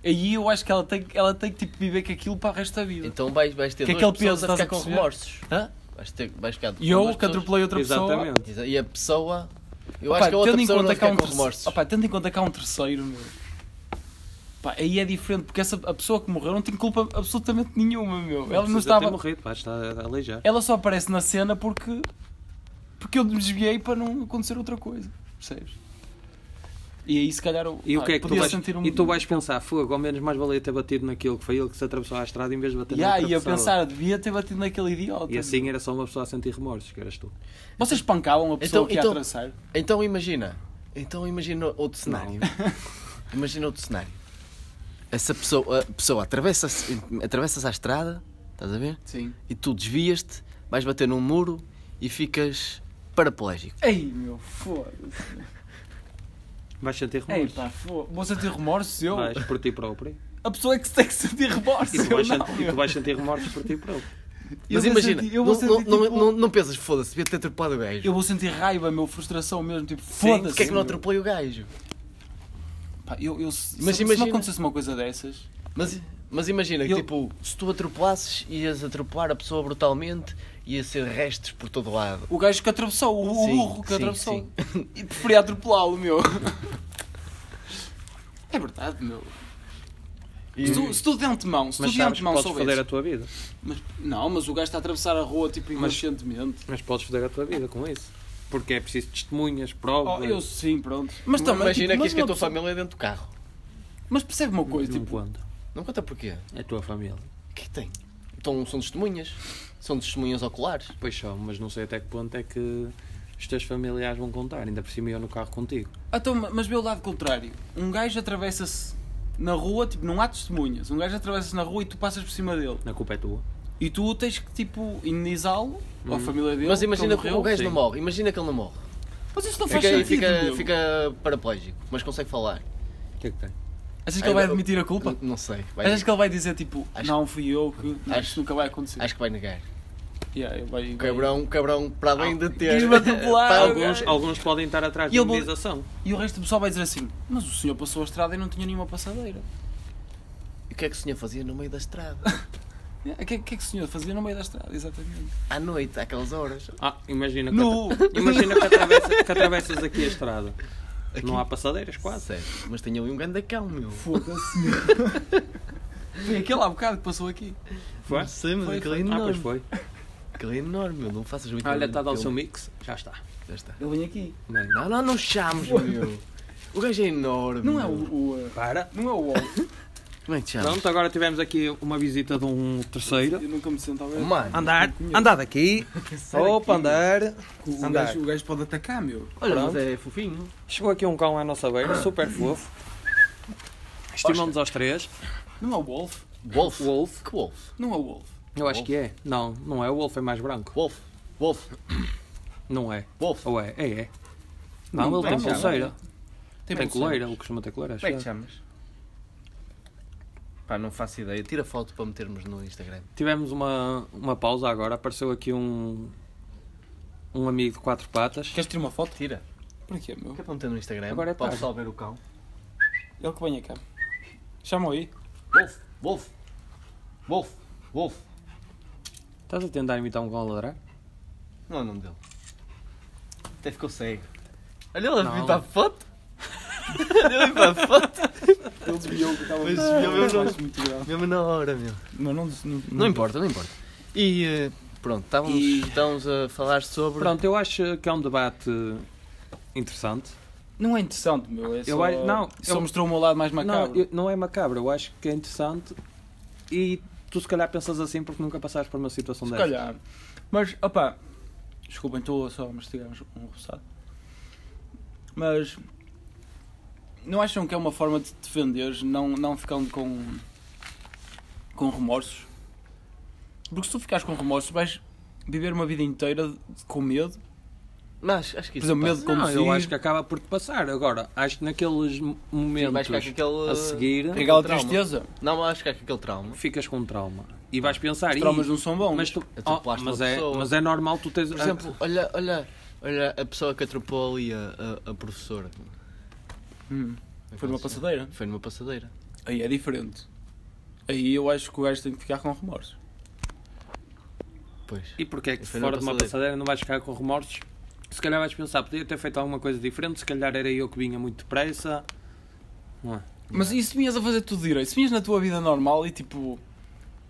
[SPEAKER 4] Aí eu acho que ela tem, ela tem que tipo, viver com aquilo para o resto da vida.
[SPEAKER 2] Então vais, vais ter
[SPEAKER 4] Que é
[SPEAKER 2] duas
[SPEAKER 4] aquele
[SPEAKER 2] pessoas
[SPEAKER 4] peso,
[SPEAKER 2] a
[SPEAKER 4] estás
[SPEAKER 2] ficar
[SPEAKER 4] a
[SPEAKER 2] com
[SPEAKER 4] perceber?
[SPEAKER 2] remorsos.
[SPEAKER 4] Hã?
[SPEAKER 2] Vais, ter, vais ficar
[SPEAKER 4] E
[SPEAKER 2] com duas
[SPEAKER 4] eu que
[SPEAKER 2] pessoas-
[SPEAKER 4] atropelei outra pessoa.
[SPEAKER 3] Exatamente.
[SPEAKER 2] E a pessoa... Eu
[SPEAKER 4] Pá,
[SPEAKER 2] acho que a outra
[SPEAKER 4] tendo em
[SPEAKER 2] pessoa não
[SPEAKER 4] conta
[SPEAKER 2] vai
[SPEAKER 4] que há
[SPEAKER 2] ficar
[SPEAKER 4] um
[SPEAKER 2] com
[SPEAKER 4] terce-
[SPEAKER 2] remorsos.
[SPEAKER 4] Opá, tendo em conta que há um terceiro, meu. Pá, aí é diferente, porque essa, a pessoa que morreu não tem culpa absolutamente nenhuma, meu. Ela
[SPEAKER 3] precisa
[SPEAKER 4] não
[SPEAKER 3] ter
[SPEAKER 4] estava.
[SPEAKER 3] morrido, vai estar a aleijar.
[SPEAKER 4] Ela só aparece na cena porque. Porque eu me desviei para não acontecer outra coisa. Percebes? E aí se calhar eu
[SPEAKER 3] E o
[SPEAKER 4] pá,
[SPEAKER 3] que é que tu
[SPEAKER 4] podia
[SPEAKER 3] vais,
[SPEAKER 4] sentir um...
[SPEAKER 3] e tu vais pensar, fogo, ao menos mais valia ter batido naquilo que foi ele que se atravessou à estrada em vez de bater
[SPEAKER 4] Ya,
[SPEAKER 3] na
[SPEAKER 4] e
[SPEAKER 3] outra
[SPEAKER 4] a
[SPEAKER 3] pessoa.
[SPEAKER 4] pensar, devia ter batido naquele idiota.
[SPEAKER 3] E assim era só uma pessoa a sentir remorsos, que eras tu.
[SPEAKER 4] Vocês pancavam a pessoa
[SPEAKER 2] Então-
[SPEAKER 4] que ia
[SPEAKER 2] então-
[SPEAKER 4] atravessar?
[SPEAKER 2] Então imagina. Então imagina outro cenário. imagina outro cenário. Essa pessoa, a pessoa atravessa-se atravessas a estrada, estás a ver?
[SPEAKER 4] Sim.
[SPEAKER 2] E tu desvias-te, vais bater num muro e ficas paraplégico.
[SPEAKER 4] Ei, meu, foda-se.
[SPEAKER 3] Vais sentir
[SPEAKER 4] Ei,
[SPEAKER 3] remorsos.
[SPEAKER 4] É, pá, foda-se. Vou sentir remorsos eu?
[SPEAKER 3] Vais por ti próprio.
[SPEAKER 4] A pessoa é que se tem que sentir remorsos.
[SPEAKER 3] E tu,
[SPEAKER 4] Eu
[SPEAKER 3] vais
[SPEAKER 4] não,
[SPEAKER 3] sentir, e tu vais sentir remorsos por ti próprio.
[SPEAKER 4] Eu
[SPEAKER 2] Mas
[SPEAKER 4] vou
[SPEAKER 2] imagina,
[SPEAKER 4] sentir- eu
[SPEAKER 2] não,
[SPEAKER 4] vou
[SPEAKER 2] não,
[SPEAKER 4] sentir,
[SPEAKER 2] não,
[SPEAKER 4] tipo-
[SPEAKER 2] não- não pensas, foda-se, devia ter atropelado o gajo.
[SPEAKER 4] Eu vou sentir raiva, meu, frustração mesmo. Tipo,
[SPEAKER 2] Sim,
[SPEAKER 4] foda-se.
[SPEAKER 2] porque é que não
[SPEAKER 4] meu.
[SPEAKER 2] atropelei o gajo?
[SPEAKER 4] Pá, eu, eu, se,
[SPEAKER 2] Mas
[SPEAKER 4] se, se
[SPEAKER 2] imagina-
[SPEAKER 4] me acontecesse uma coisa dessas,
[SPEAKER 2] Mas, mas imagina, que
[SPEAKER 4] Eu-
[SPEAKER 2] tipo, se tu atropelasses, ias atropelar a pessoa brutalmente, ia ser restos por todo lado.
[SPEAKER 4] o gajo que atravessou, o, o
[SPEAKER 2] Sim,
[SPEAKER 4] burro que
[SPEAKER 2] sim,
[SPEAKER 4] atravessou.
[SPEAKER 2] sim.
[SPEAKER 4] E preferia atropelá-lo, meu. É verdade, meu.
[SPEAKER 2] E-
[SPEAKER 4] Se tu, se tu de antemão, se
[SPEAKER 3] Mas
[SPEAKER 4] tu de
[SPEAKER 3] sabes que
[SPEAKER 4] antemão
[SPEAKER 3] podes foder a
[SPEAKER 4] soubesse.
[SPEAKER 3] tua vida.
[SPEAKER 4] Mas, não, mas o gajo está a atravessar a rua, tipo,
[SPEAKER 3] Mas-
[SPEAKER 4] inconscientemente.
[SPEAKER 3] Mas podes foder a tua vida com isso. Porque é preciso testemunhas, provas.
[SPEAKER 4] Oh, eu sim, pronto. Mas também.
[SPEAKER 2] imagina
[SPEAKER 4] tipo,
[SPEAKER 2] que
[SPEAKER 4] mas
[SPEAKER 2] isto que a
[SPEAKER 4] uma
[SPEAKER 2] tua
[SPEAKER 4] pessoa-
[SPEAKER 2] família é dentro do carro.
[SPEAKER 4] Mas percebe uma coisa,
[SPEAKER 3] Não
[SPEAKER 4] tipo.
[SPEAKER 3] conto.
[SPEAKER 2] Não conta porquê.
[SPEAKER 3] É um a tua família.
[SPEAKER 2] O que é que tem? Então são testemunhas. São testemunhas oculares.
[SPEAKER 3] Pois só, mas não sei até que ponto é que os teus familiares vão contar. Ainda por cima eu no carro contigo.
[SPEAKER 4] Então, ma- mas vê o lado contrário. Um gajo atravessa-se na rua, tipo, não há testemunhas. Um gajo atravessa-se na rua e tu passas por cima dele.
[SPEAKER 3] Na culpa é tua.
[SPEAKER 4] E tu tens que, tipo, indenizá-lo, ou a família dele.
[SPEAKER 2] Mas imagina
[SPEAKER 4] que
[SPEAKER 2] que
[SPEAKER 4] ele
[SPEAKER 2] o
[SPEAKER 4] morreu.
[SPEAKER 2] gajo não
[SPEAKER 3] sim.
[SPEAKER 2] morre. Imagina que ele não morre.
[SPEAKER 4] Mas isso não faz
[SPEAKER 2] Fica,
[SPEAKER 4] sentido.
[SPEAKER 2] fica,
[SPEAKER 4] meu.
[SPEAKER 2] fica paraplégico, mas consegue falar.
[SPEAKER 3] O que é que tem?
[SPEAKER 4] Achas que ele vai admitir a culpa?
[SPEAKER 2] N- Não sei. Vai-
[SPEAKER 4] Achas que ele vai dizer, tipo,
[SPEAKER 2] Acho-
[SPEAKER 4] não fui eu que. Não,
[SPEAKER 2] Acho-
[SPEAKER 4] Isto nunca vai acontecer.
[SPEAKER 2] Acho que vai negar.
[SPEAKER 4] Yeah, ele vai,
[SPEAKER 2] O
[SPEAKER 4] vai-
[SPEAKER 2] cabrão, o cabrão para além de ter.
[SPEAKER 4] E vai Ah, atropelar.
[SPEAKER 2] para além-
[SPEAKER 3] Alguns, alguns podem estar atrás
[SPEAKER 4] Ah, E
[SPEAKER 3] de
[SPEAKER 4] eu vou-
[SPEAKER 3] indenização.
[SPEAKER 4] E o resto do pessoal vai dizer assim: Mas o senhor passou a estrada e não tinha nenhuma passadeira.
[SPEAKER 2] O que é que o senhor fazia no meio da estrada?
[SPEAKER 4] Yeah, O que, é- o que é que o senhor fazia no meio da estrada? Exatamente.
[SPEAKER 2] À noite, àquelas horas.
[SPEAKER 3] Ah, imagina que,
[SPEAKER 4] Nu!
[SPEAKER 3] atra- imagina que, atravessa- que atravessas aqui a estrada. Não há passadeiras quase.
[SPEAKER 2] Certo, mas tenho ali um grande cão, meu.
[SPEAKER 4] Foda-se, meu. Foi aquele há bocado que passou aqui.
[SPEAKER 3] Foi?
[SPEAKER 2] Não sei, mas
[SPEAKER 4] Foi,
[SPEAKER 2] aquele é
[SPEAKER 4] foi. tá
[SPEAKER 3] Ah, pois
[SPEAKER 2] enorme.
[SPEAKER 3] foi.
[SPEAKER 2] Aquele é enorme, meu. Não faças muito
[SPEAKER 3] Olha,
[SPEAKER 2] barulho
[SPEAKER 3] está a dar o
[SPEAKER 2] com
[SPEAKER 3] seu
[SPEAKER 2] ele.
[SPEAKER 3] mix. Já está.
[SPEAKER 2] Já está.
[SPEAKER 4] Ele vem aqui.
[SPEAKER 3] Bem,
[SPEAKER 2] Não, não, não chames, meu. O gajo é enorme.
[SPEAKER 4] Não é
[SPEAKER 2] meu.
[SPEAKER 4] o. o, uh,
[SPEAKER 3] Para.
[SPEAKER 4] não é o UOL.
[SPEAKER 2] Como é que te chamas?
[SPEAKER 3] Pronto, agora tivemos aqui uma visita de um terceiro.
[SPEAKER 4] Eu nunca me sento a ver.
[SPEAKER 2] Mano,
[SPEAKER 3] Andar, andar daqui. Opa, andar.
[SPEAKER 4] O
[SPEAKER 3] Andar.
[SPEAKER 4] gajo, o gajo pode atacar, meu.
[SPEAKER 2] olha,
[SPEAKER 3] Pronto.
[SPEAKER 2] mas é fofinho.
[SPEAKER 3] Chegou aqui um cão à nossa beira, super fofo. Estimamos aos três.
[SPEAKER 4] Não é o Wolf?
[SPEAKER 2] Wolf. Wolf. Que Wolf?
[SPEAKER 4] Não é o Wolf.
[SPEAKER 3] Eu acho que é. Não, não é. O Wolf é mais branco.
[SPEAKER 2] Wolf. Wolf.
[SPEAKER 3] Não é.
[SPEAKER 2] Wolf.
[SPEAKER 3] Ou é? É, é. Não,
[SPEAKER 4] Não
[SPEAKER 3] ele
[SPEAKER 4] tem
[SPEAKER 3] tem
[SPEAKER 4] nada.
[SPEAKER 3] pulseira. Tem,
[SPEAKER 4] pulseiras.
[SPEAKER 3] coleira. Ele costuma ter coleira. acho
[SPEAKER 5] Como é que te
[SPEAKER 3] eu.
[SPEAKER 5] chamas? Pá, não faço ideia.
[SPEAKER 2] Tira foto para metermos no Instagram.
[SPEAKER 3] Tivemos uma, uma pausa agora. Apareceu aqui um... Um amigo de quatro patas.
[SPEAKER 4] Queres tirar uma foto?
[SPEAKER 2] Tira.
[SPEAKER 4] Para quê, meu?
[SPEAKER 2] Que é para meter no Instagram.
[SPEAKER 3] Agora é
[SPEAKER 2] para o
[SPEAKER 3] tarde.
[SPEAKER 2] pessoal ver o cão.
[SPEAKER 4] Ele que venha cá. Chama aí.
[SPEAKER 2] Wolf. Wolf. Wolf. Wolf.
[SPEAKER 3] Estás a tentar imitar um cão a ladrar?
[SPEAKER 2] Não é o nome dele. Até ficou cego. Olha ele a
[SPEAKER 3] Não.
[SPEAKER 2] vir para a foto. Olha ele a vir para a foto.
[SPEAKER 4] Ele desviou que estava
[SPEAKER 2] Mas desviou, eu não-
[SPEAKER 4] acho muito grave.
[SPEAKER 2] Mesmo na hora, meu.
[SPEAKER 4] Mas não, não,
[SPEAKER 2] Não importa, não importa. E eh, pronto, estávamos,
[SPEAKER 4] E-
[SPEAKER 2] estávamos a falar sobre.
[SPEAKER 3] Pronto, eu acho que é um debate interessante.
[SPEAKER 4] não é interessante, meu. É só,
[SPEAKER 3] Eu acho- não,
[SPEAKER 4] Só
[SPEAKER 3] eu-
[SPEAKER 4] mostrou o meu lado mais
[SPEAKER 3] Não,
[SPEAKER 4] macabro.
[SPEAKER 3] eu- não é macabro, eu acho que é interessante e tu se calhar pensas assim porque nunca passaste por uma situação
[SPEAKER 4] Se
[SPEAKER 3] dessa.
[SPEAKER 4] calhar. Mas, opá. Desculpem, estou só a mastigar um roçado. Mas. Não acham que é uma forma de te defenderes não, não ficando com. com remorsos? Porque se tu ficares com remorsos, vais viver uma vida inteira de- com medo
[SPEAKER 2] Mas acho que isso.
[SPEAKER 4] Por exemplo, medo
[SPEAKER 2] passa.
[SPEAKER 4] de
[SPEAKER 3] Não,
[SPEAKER 4] conduzir.
[SPEAKER 3] eu acho que acaba por te passar. Agora, acho que naqueles m-
[SPEAKER 2] Sim, vais
[SPEAKER 3] momentos
[SPEAKER 2] ficar com aquele.
[SPEAKER 3] a seguir
[SPEAKER 2] aquele
[SPEAKER 4] Aquela
[SPEAKER 2] trauma.
[SPEAKER 4] tristeza.
[SPEAKER 2] Não, mas vais ficar com aquele trauma.
[SPEAKER 3] ficas com trauma. E vais pensar,
[SPEAKER 4] Os
[SPEAKER 3] "Ih,
[SPEAKER 4] traumas não são bons.
[SPEAKER 3] mas, tu-
[SPEAKER 2] Eu te
[SPEAKER 3] oh,
[SPEAKER 2] aplasto
[SPEAKER 3] mas
[SPEAKER 2] uma
[SPEAKER 3] é,
[SPEAKER 2] pessoa."
[SPEAKER 3] mas é normal tu tens.
[SPEAKER 2] Por exemplo, olha, olha, olha a pessoa que atropelou ali a, a, a professora. é
[SPEAKER 4] Hum. Foi numa passadeira.
[SPEAKER 2] Foi numa passadeira.
[SPEAKER 4] Aí é diferente. Aí eu acho que o gajo tem que ficar com remorso.
[SPEAKER 2] Pois.
[SPEAKER 3] E porque é que
[SPEAKER 2] Foi
[SPEAKER 3] fora
[SPEAKER 2] na
[SPEAKER 3] de uma
[SPEAKER 2] passadeira.
[SPEAKER 3] passadeira não vais ficar com remorsos? Se calhar vais pensar, podia ter feito alguma coisa diferente, se calhar era eu que vinha muito depressa. Não é?
[SPEAKER 4] Mas e se vinhas a fazer tudo direito? Se vinhas na tua vida normal e tipo.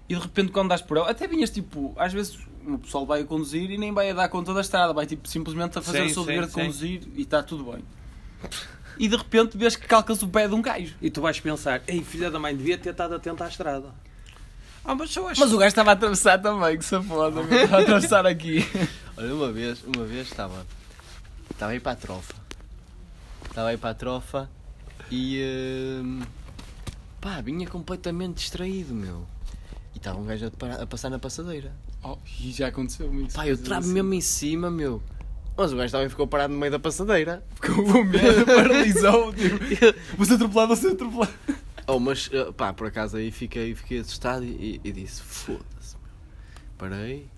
[SPEAKER 4] E de repente quando dás por ela, até vinhas tipo. Às vezes o pessoal vai a conduzir e nem vai a dar conta da estrada, vai tipo simplesmente a fazer
[SPEAKER 3] Sim,
[SPEAKER 4] o seu
[SPEAKER 3] sim,
[SPEAKER 4] dever de
[SPEAKER 3] sim.
[SPEAKER 4] conduzir e está tudo bem. E de repente vês que calcas o pé de um gajo.
[SPEAKER 3] E tu vais pensar, ei filha da mãe, devia ter estado atenta à estrada. Ah, mas eu acho
[SPEAKER 4] Mas o gajo estava a atravessar também, que safoda, meu, estava a atravessar aqui.
[SPEAKER 2] Olha, uma vez, uma vez estava. Estava aí para a trofa. Estava aí para a trofa e. hum, pá, vinha completamente distraído, meu. E estava um gajo a, parar- a passar na passadeira.
[SPEAKER 4] Oh, e já aconteceu-me isso.
[SPEAKER 2] Pá, eu travo mesmo em cima, meu. Mas o gajo também ficou parado no meio da passadeira.
[SPEAKER 4] Ficou com medo, paralisou, tipo. Você atropelado, você atropelado.
[SPEAKER 2] Oh, mas eh, pá, por acaso aí fiquei, fiquei assustado e, e disse: foda-se, meu. Parei,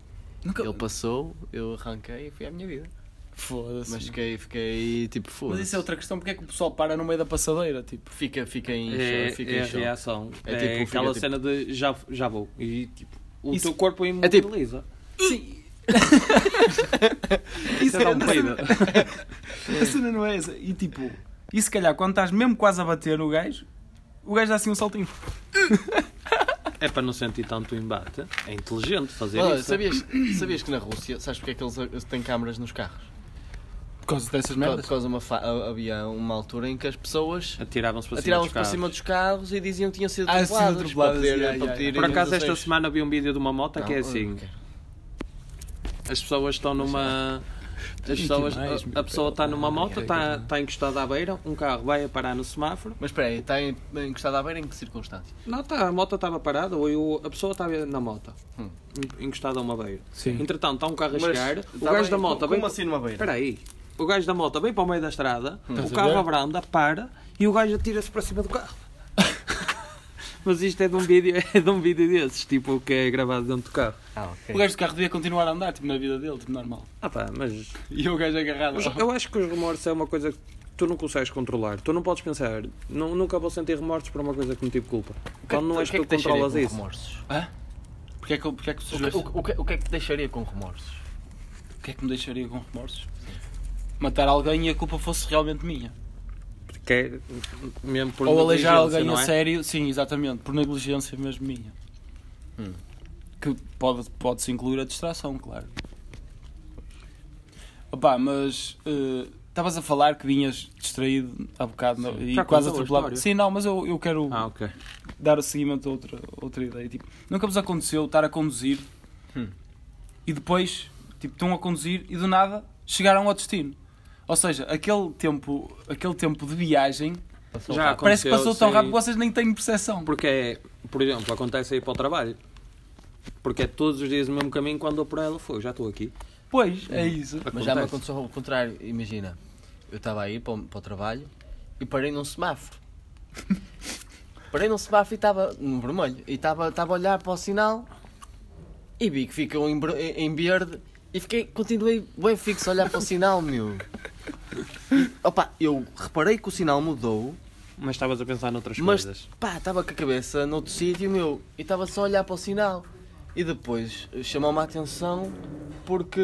[SPEAKER 4] Nunca...
[SPEAKER 2] ele passou, eu arranquei e fui à minha vida.
[SPEAKER 3] Assim.
[SPEAKER 4] Foda-se.
[SPEAKER 2] Mas fiquei, fiquei tipo,
[SPEAKER 4] Mas
[SPEAKER 2] foda-se.
[SPEAKER 4] isso é outra questão, porque é que o pessoal para no meio da passadeira, tipo.
[SPEAKER 2] Fica, fica em
[SPEAKER 3] é,
[SPEAKER 2] choque. Fica
[SPEAKER 3] é
[SPEAKER 2] em
[SPEAKER 3] a
[SPEAKER 2] choque.
[SPEAKER 3] reação.
[SPEAKER 2] É
[SPEAKER 3] É,
[SPEAKER 2] tipo, fica
[SPEAKER 3] aquela
[SPEAKER 2] tipo-
[SPEAKER 3] cena de já, já vou. E tipo, o
[SPEAKER 4] Isso-
[SPEAKER 3] teu corpo
[SPEAKER 2] é tipo
[SPEAKER 3] imobiliza.
[SPEAKER 4] Sim.
[SPEAKER 3] Isso
[SPEAKER 4] isso
[SPEAKER 3] é
[SPEAKER 4] é
[SPEAKER 3] um peido.
[SPEAKER 4] A cena não é essa. E tipo, e se calhar quando estás mesmo quase a bater o gajo, o gajo dá assim um saltinho.
[SPEAKER 3] É para não sentir tanto embate. É inteligente fazer
[SPEAKER 2] Olha,
[SPEAKER 3] isso.
[SPEAKER 2] sabias, sabias que na Rússia, sabes porque é que eles têm câmaras nos carros?
[SPEAKER 4] Por causa dessas
[SPEAKER 2] Por, por causa de uma fa- a- havia uma altura em que as pessoas
[SPEAKER 3] Atiravam-se para cima
[SPEAKER 2] atiravam-se
[SPEAKER 3] dos
[SPEAKER 2] para
[SPEAKER 3] carros.
[SPEAKER 2] cima dos carros e diziam que tinham sido
[SPEAKER 4] Ah, sim,
[SPEAKER 2] atropeladas para
[SPEAKER 4] atropeladas,
[SPEAKER 2] poder-
[SPEAKER 4] yeah,
[SPEAKER 2] para
[SPEAKER 4] yeah,
[SPEAKER 2] poder
[SPEAKER 4] yeah.
[SPEAKER 3] Por acaso
[SPEAKER 2] inundações.
[SPEAKER 3] esta semana vi um vídeo de uma moto que é
[SPEAKER 2] Não,
[SPEAKER 3] assim.
[SPEAKER 2] eu quero.
[SPEAKER 3] As pessoas estão numa. As
[SPEAKER 2] é
[SPEAKER 4] E
[SPEAKER 3] pessoas,
[SPEAKER 4] que mais,
[SPEAKER 3] a- a,
[SPEAKER 4] meu
[SPEAKER 3] pessoa
[SPEAKER 4] Deus?
[SPEAKER 3] está numa
[SPEAKER 2] Ah,
[SPEAKER 3] moto,
[SPEAKER 2] quero
[SPEAKER 3] está,
[SPEAKER 2] que eu-
[SPEAKER 3] está encostada à beira, um carro vai a parar no semáforo.
[SPEAKER 2] Mas espera aí, está em- encostado à beira em que circunstâncias?
[SPEAKER 3] Não, está, a moto estava parada, ou eu- a pessoa estava na moto,
[SPEAKER 2] Hum.
[SPEAKER 3] encostada a uma beira.
[SPEAKER 4] Sim.
[SPEAKER 3] Entretanto, está um carro a
[SPEAKER 2] Mas
[SPEAKER 3] chegar, o
[SPEAKER 2] está
[SPEAKER 3] gajo
[SPEAKER 2] bem,
[SPEAKER 3] da moto
[SPEAKER 2] como
[SPEAKER 3] vem.
[SPEAKER 2] assim numa beira?
[SPEAKER 3] Espera aí. O gajo da moto vem para o meio da estrada, o
[SPEAKER 4] Estás a
[SPEAKER 3] carro
[SPEAKER 4] ver?
[SPEAKER 3] abranda, para e o gajo atira-se para cima do carro. Mas isto é de um vídeo, é de um vídeo desses, tipo que é gravado dentro do carro.
[SPEAKER 2] Ah, ok.
[SPEAKER 4] O gajo do carro devia continuar a andar, tipo, na vida dele, tipo, normal.
[SPEAKER 3] Ah pá, mas
[SPEAKER 4] E o gajo agarrado.
[SPEAKER 3] Mas eu acho que os remorsos é uma coisa que tu não consegues controlar. Tu não podes pensar, "Nu- nunca vou sentir remorsos por uma coisa que me tive culpa. Quando não és tu que controlas isso.
[SPEAKER 2] Remorsos?
[SPEAKER 4] Porquê é que, eu- porquê é que
[SPEAKER 2] O,
[SPEAKER 4] surgiu
[SPEAKER 2] que,
[SPEAKER 4] essa-
[SPEAKER 2] o, que, o que é que te deixaria com remorsos?
[SPEAKER 4] Porquê é que me deixaria com remorsos? Matar alguém e a culpa fosse realmente minha.
[SPEAKER 3] Porque é mesmo por
[SPEAKER 4] Ou aleijar
[SPEAKER 3] negligência,
[SPEAKER 4] alguém
[SPEAKER 3] não
[SPEAKER 4] a
[SPEAKER 3] é?
[SPEAKER 4] sério, sim, exatamente, por negligência mesmo minha.
[SPEAKER 2] Hum.
[SPEAKER 4] Que pode- pode-se incluir a distração, claro. Opá, mas eh, estavas a falar que vinhas distraído há bocado não- é? e
[SPEAKER 3] Já
[SPEAKER 4] quase
[SPEAKER 3] contou a
[SPEAKER 4] atropelado.
[SPEAKER 3] história.
[SPEAKER 4] Sim, não, mas eu, eu quero
[SPEAKER 3] Ah, ok.
[SPEAKER 4] dar o seguimento a outra, outra ideia. Tipo, nunca vos aconteceu estar a conduzir
[SPEAKER 2] Hum.
[SPEAKER 4] e depois tipo, estão a conduzir e do nada chegaram ao destino. Ou seja, aquele tempo, aquele tempo de viagem
[SPEAKER 2] Passou
[SPEAKER 3] Já
[SPEAKER 2] rápido.
[SPEAKER 4] Parece que
[SPEAKER 3] Aconteceu,
[SPEAKER 4] passou tão
[SPEAKER 3] sim.
[SPEAKER 4] rápido que vocês nem têm percepção.
[SPEAKER 3] Porque é, por exemplo, acontece aí para o trabalho. Porque é todos os dias o mesmo caminho quando eu por ela foi, já estou aqui.
[SPEAKER 4] Pois, é isso.
[SPEAKER 2] Mas já me
[SPEAKER 3] Acontece.
[SPEAKER 2] aconteceu ao contrário. Imagina, eu estava a ir para o, para o trabalho e parei num semáforo. parei num semáforo e estava no vermelho. E estava estava a olhar para o sinal e vi que ficou em, ver- em verde. E fiquei, continuei bem fixo a olhar para o sinal, meu. E, opa, eu reparei que o sinal mudou,
[SPEAKER 3] Mas estavas a pensar noutras
[SPEAKER 2] mas
[SPEAKER 3] coisas.
[SPEAKER 2] pá, estava com a cabeça noutro sítio, meu. E estava só a olhar para o sinal. E depois eh, chamou-me a atenção porque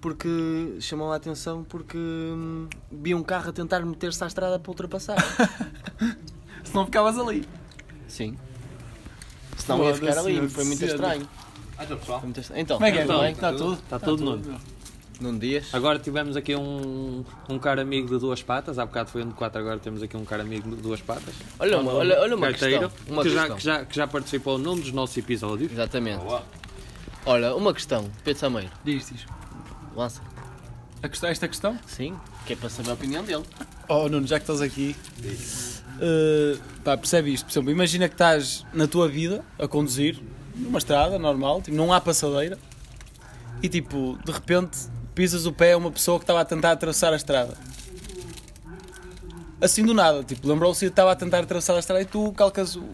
[SPEAKER 2] porque chamou a atenção porque hum, vi um carro a tentar meter-se à estrada para ultrapassar.
[SPEAKER 4] Se não ficavas ali.
[SPEAKER 2] Sim. Senão ia ficar ali,
[SPEAKER 4] Foda-se,
[SPEAKER 2] foi muito
[SPEAKER 4] senhor.
[SPEAKER 2] estranho.
[SPEAKER 3] Então, pessoal.
[SPEAKER 2] Foi muito estranho. Então,
[SPEAKER 4] Como é que é?
[SPEAKER 2] tudo
[SPEAKER 4] Como é
[SPEAKER 2] bem?
[SPEAKER 4] que está tudo?
[SPEAKER 3] Está tá tudo nulo.
[SPEAKER 2] Num dia.
[SPEAKER 3] Agora tivemos aqui um, um cara amigo de duas patas. Há bocado foi um de quatro, agora temos aqui um cara amigo de duas patas.
[SPEAKER 2] Olha uma, olha, olha uma
[SPEAKER 3] Carteiro,
[SPEAKER 2] questão. Uma
[SPEAKER 3] que, já,
[SPEAKER 2] questão.
[SPEAKER 3] que, já, que já participou num dos nossos episódios.
[SPEAKER 2] Exatamente. Olha, uma questão. Pedro Sameiro,
[SPEAKER 4] Diz, diz.
[SPEAKER 2] lança.
[SPEAKER 4] A questão- esta questão?
[SPEAKER 2] Sim, que é para saber a opinião dele.
[SPEAKER 4] Oh, Nuno, já que estás aqui, eh, pá, percebe isto. Por exemplo, imagina que estás na tua vida a conduzir numa estrada normal, tipo, não há passadeira, e tipo, de repente pisas o pé a uma pessoa que estava a tentar atravessar a estrada. Assim do nada, tipo, lembrou-se que estava a tentar atravessar a estrada e tu calcas o,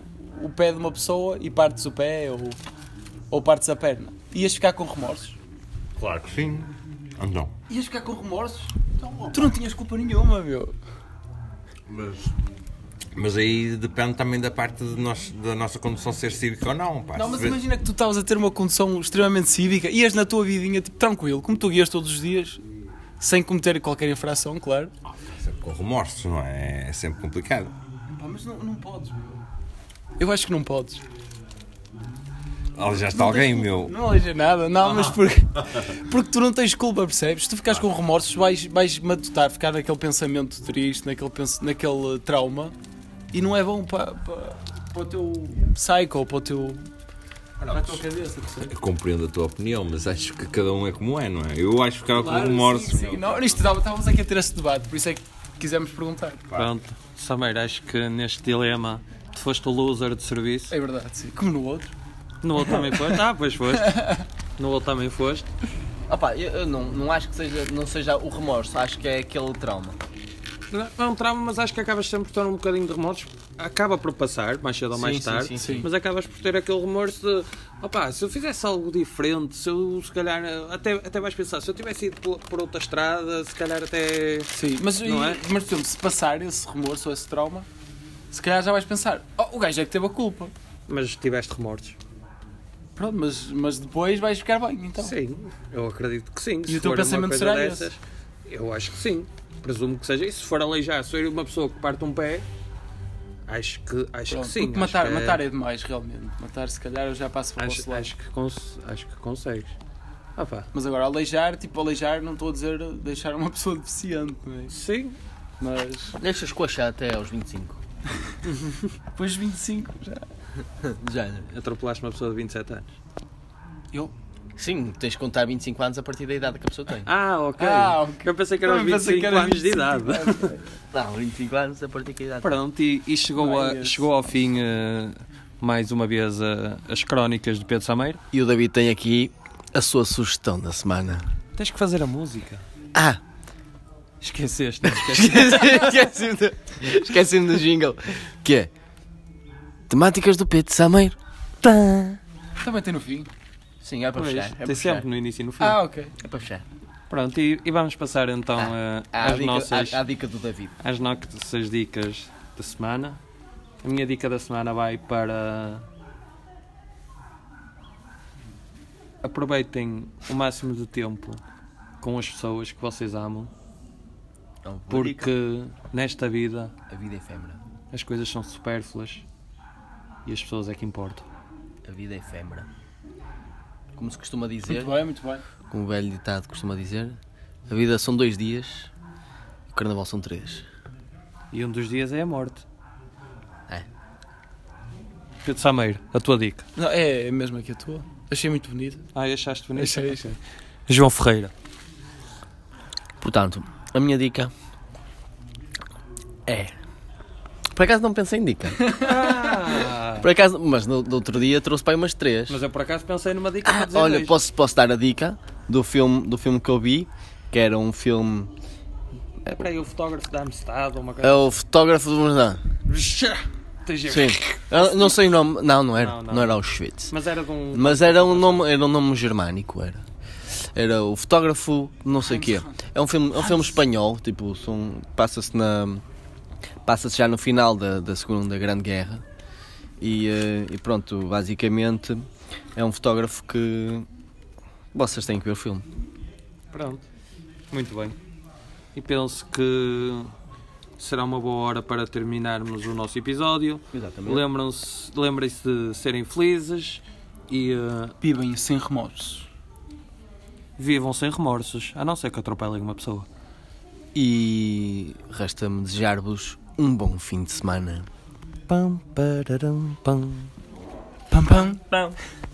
[SPEAKER 4] o pé de uma pessoa e partes o pé ou, ou partes a perna. Ias ficar com remorsos?
[SPEAKER 5] Claro que sim. Então.
[SPEAKER 4] Ias ficar com remorsos? Então, Tu não tinhas culpa nenhuma, meu.
[SPEAKER 5] Mas. Mas aí depende também da parte de nós- da nossa condução ser cívica ou não, pá.
[SPEAKER 4] Não, mas
[SPEAKER 5] Se vê-
[SPEAKER 4] imagina que tu estavas a ter uma condução extremamente cívica, ias na tua vidinha tipo, tranquilo, como tu guias todos os dias, sem cometer qualquer infração, claro.
[SPEAKER 5] Com remorsos, não é? É sempre complicado.
[SPEAKER 4] mas não, podes, meu. Eu acho que não podes.
[SPEAKER 5] Aliás, está alguém, meu.
[SPEAKER 4] Não aleja nada, não, mas porque, porque tu não tens culpa, percebes? Se tu ficares com remorsos, vais, vais matutar, ficar naquele pensamento triste, naquele, pens- naquele trauma, e não é bom para, para, para o teu psycho, para, o teu, para a tua cabeça, percebes?
[SPEAKER 5] Eu compreendo a tua opinião, mas acho que cada um é como é, não é? Eu acho que ficava com remorsos.
[SPEAKER 4] Sim, sim. Não, isto, estava- estávamos aqui a ter esse debate, por isso é que quisemos perguntar.
[SPEAKER 3] Pronto, Sameiro, acho que neste dilema tu foste o loser de serviço.
[SPEAKER 4] É verdade, sim. Como no outro.
[SPEAKER 3] No outro também foste. Ah, pois foste. No outro também foste.
[SPEAKER 2] Opa, eu, eu não, não acho que seja, não seja o remorso, acho que é aquele trauma.
[SPEAKER 3] Não é um trauma, mas acho que acabas sempre por ter um bocadinho de remorsos. Acaba por passar, mais cedo ou mais
[SPEAKER 2] Sim, sim,
[SPEAKER 3] tarde.
[SPEAKER 2] sim,
[SPEAKER 4] sim.
[SPEAKER 3] Mas acabas por ter aquele remorso de opá, se eu fizesse algo diferente, se eu se calhar. Até, até vais pensar, se eu tivesse ido por, por outra estrada, se calhar até.
[SPEAKER 4] Sim, mas,
[SPEAKER 3] Não
[SPEAKER 4] e-
[SPEAKER 3] é?
[SPEAKER 4] mas por exemplo, se passar esse remorso ou esse trauma, se calhar já vais pensar, oh, o gajo é que teve a culpa.
[SPEAKER 3] Mas tiveste remorsos.
[SPEAKER 4] Pronto, mas, mas depois vais ficar bem, então.
[SPEAKER 3] Sim, eu acredito que sim.
[SPEAKER 4] E o teu
[SPEAKER 3] for
[SPEAKER 4] pensamento
[SPEAKER 3] uma coisa
[SPEAKER 4] será
[SPEAKER 3] dessas, Eu acho que sim. Presumo que seja isso. Se for aleijar, se for uma pessoa que parte um pé, acho que, acho
[SPEAKER 4] Pronto,
[SPEAKER 3] que sim.
[SPEAKER 4] porque
[SPEAKER 3] acho
[SPEAKER 4] matar,
[SPEAKER 3] que
[SPEAKER 4] matar é demais, realmente. Matar, se calhar, eu já passo para o
[SPEAKER 3] Acho,
[SPEAKER 4] outro lado.
[SPEAKER 3] acho, que cons- acho que consegues. Ah pá,
[SPEAKER 4] Mas agora, aleijar, tipo, aleijar, não estou a dizer deixar uma pessoa deficiente, não é?
[SPEAKER 3] sim.
[SPEAKER 4] Mas
[SPEAKER 2] Deixas coxar até aos 25.
[SPEAKER 4] depois de 25 já.
[SPEAKER 2] Já.
[SPEAKER 3] Atropelaste uma pessoa de 27 anos.
[SPEAKER 2] Sim, tens de contar 25 anos a partir da idade que a pessoa tem.
[SPEAKER 3] Ah, ok.
[SPEAKER 4] Ah, ok.
[SPEAKER 3] Eu pensei que era aos
[SPEAKER 4] Também pensei
[SPEAKER 3] 25
[SPEAKER 4] que era
[SPEAKER 3] anos de
[SPEAKER 4] 25
[SPEAKER 3] idade.
[SPEAKER 2] Não, 25 anos a partir da idade.
[SPEAKER 3] Pronto, e, e chegou,
[SPEAKER 4] Ah,
[SPEAKER 3] a-
[SPEAKER 4] esse.
[SPEAKER 3] chegou ao fim, eh, mais uma vez, eh, as crónicas de Pedro Sameiro.
[SPEAKER 2] E o David tem aqui a sua sugestão da semana.
[SPEAKER 3] Tens que fazer a música.
[SPEAKER 2] Ah!
[SPEAKER 3] Esqueceste, não esqueceste.
[SPEAKER 2] Esqueci-me do, esqueci do jingle. Que é. Temáticas do Pedro Sameiro. Tã.
[SPEAKER 4] Também tem no fim.
[SPEAKER 2] Sim, é para
[SPEAKER 3] Pois,
[SPEAKER 2] fechar. É para
[SPEAKER 3] tem
[SPEAKER 2] fechar.
[SPEAKER 3] sempre no início e no fim.
[SPEAKER 4] Ah, ok.
[SPEAKER 2] É para fechar.
[SPEAKER 3] Pronto, e, e vamos passar então
[SPEAKER 4] Ah.
[SPEAKER 3] eh,
[SPEAKER 2] Há a,
[SPEAKER 3] às,
[SPEAKER 2] dica,
[SPEAKER 3] nossas,
[SPEAKER 2] há- há a dica do David.
[SPEAKER 3] às nossas dicas da semana. A minha dica da semana vai para. Aproveitem o máximo de tempo com as pessoas que vocês amam,
[SPEAKER 2] Então, boa dica.
[SPEAKER 3] porque nesta vida
[SPEAKER 2] A vida é efêmera.
[SPEAKER 3] as coisas são supérfluas e as pessoas é que importam.
[SPEAKER 2] A vida é efêmera. Como se costuma dizer,
[SPEAKER 4] Muito bem, muito bem.
[SPEAKER 2] como o velho ditado costuma dizer, a vida são dois dias e o carnaval são três.
[SPEAKER 3] E um dos dias é a morte.
[SPEAKER 2] É.
[SPEAKER 3] Pedro Sameiro, a tua dica.
[SPEAKER 4] Não, é mesmo aqui a tua. Achei muito bonita.
[SPEAKER 3] Ah, achaste bonito?
[SPEAKER 4] Achei, achei.
[SPEAKER 3] João Ferreira.
[SPEAKER 2] Portanto, a minha dica é. Por acaso não pensei em dica. Por acaso, mas no, no outro dia trouxe para aí umas três.
[SPEAKER 3] Mas eu por acaso pensei numa dica para dizer
[SPEAKER 2] Ah, Olha,
[SPEAKER 3] dois.
[SPEAKER 2] posso, posso dar a dica do filme, do filme que eu vi, que era um filme.
[SPEAKER 3] É para aí o fotógrafo da Amistad ou uma
[SPEAKER 2] É
[SPEAKER 3] coisa.
[SPEAKER 2] o fotógrafo do Verdão. Sim. Eu não sei o nome. Não, não era.
[SPEAKER 3] Não,
[SPEAKER 2] Não,
[SPEAKER 3] não.
[SPEAKER 2] era Auschwitz.
[SPEAKER 3] Mas era de um.
[SPEAKER 2] Mas era um nome, era um nome germânico, era. Era o fotógrafo, não sei o quê. É um filme, é um filme espanhol, tipo, são- passa-se na passa-se já no final da, da Segunda Grande Guerra. E, eh, e pronto, basicamente é um fotógrafo que vocês têm que ver o filme.
[SPEAKER 3] Pronto. Muito bem. E penso que será uma boa hora para terminarmos o nosso episódio.
[SPEAKER 2] Exatamente.
[SPEAKER 3] Lembram-se- Lembrem-se de serem felizes e eh,
[SPEAKER 4] Vivem sem remorsos.
[SPEAKER 3] vivam sem remorsos, a não ser que atropelem uma pessoa.
[SPEAKER 2] E resta-me desejar-vos um bom fim de semana. Pam, pararam, pam.
[SPEAKER 4] Pam, pam.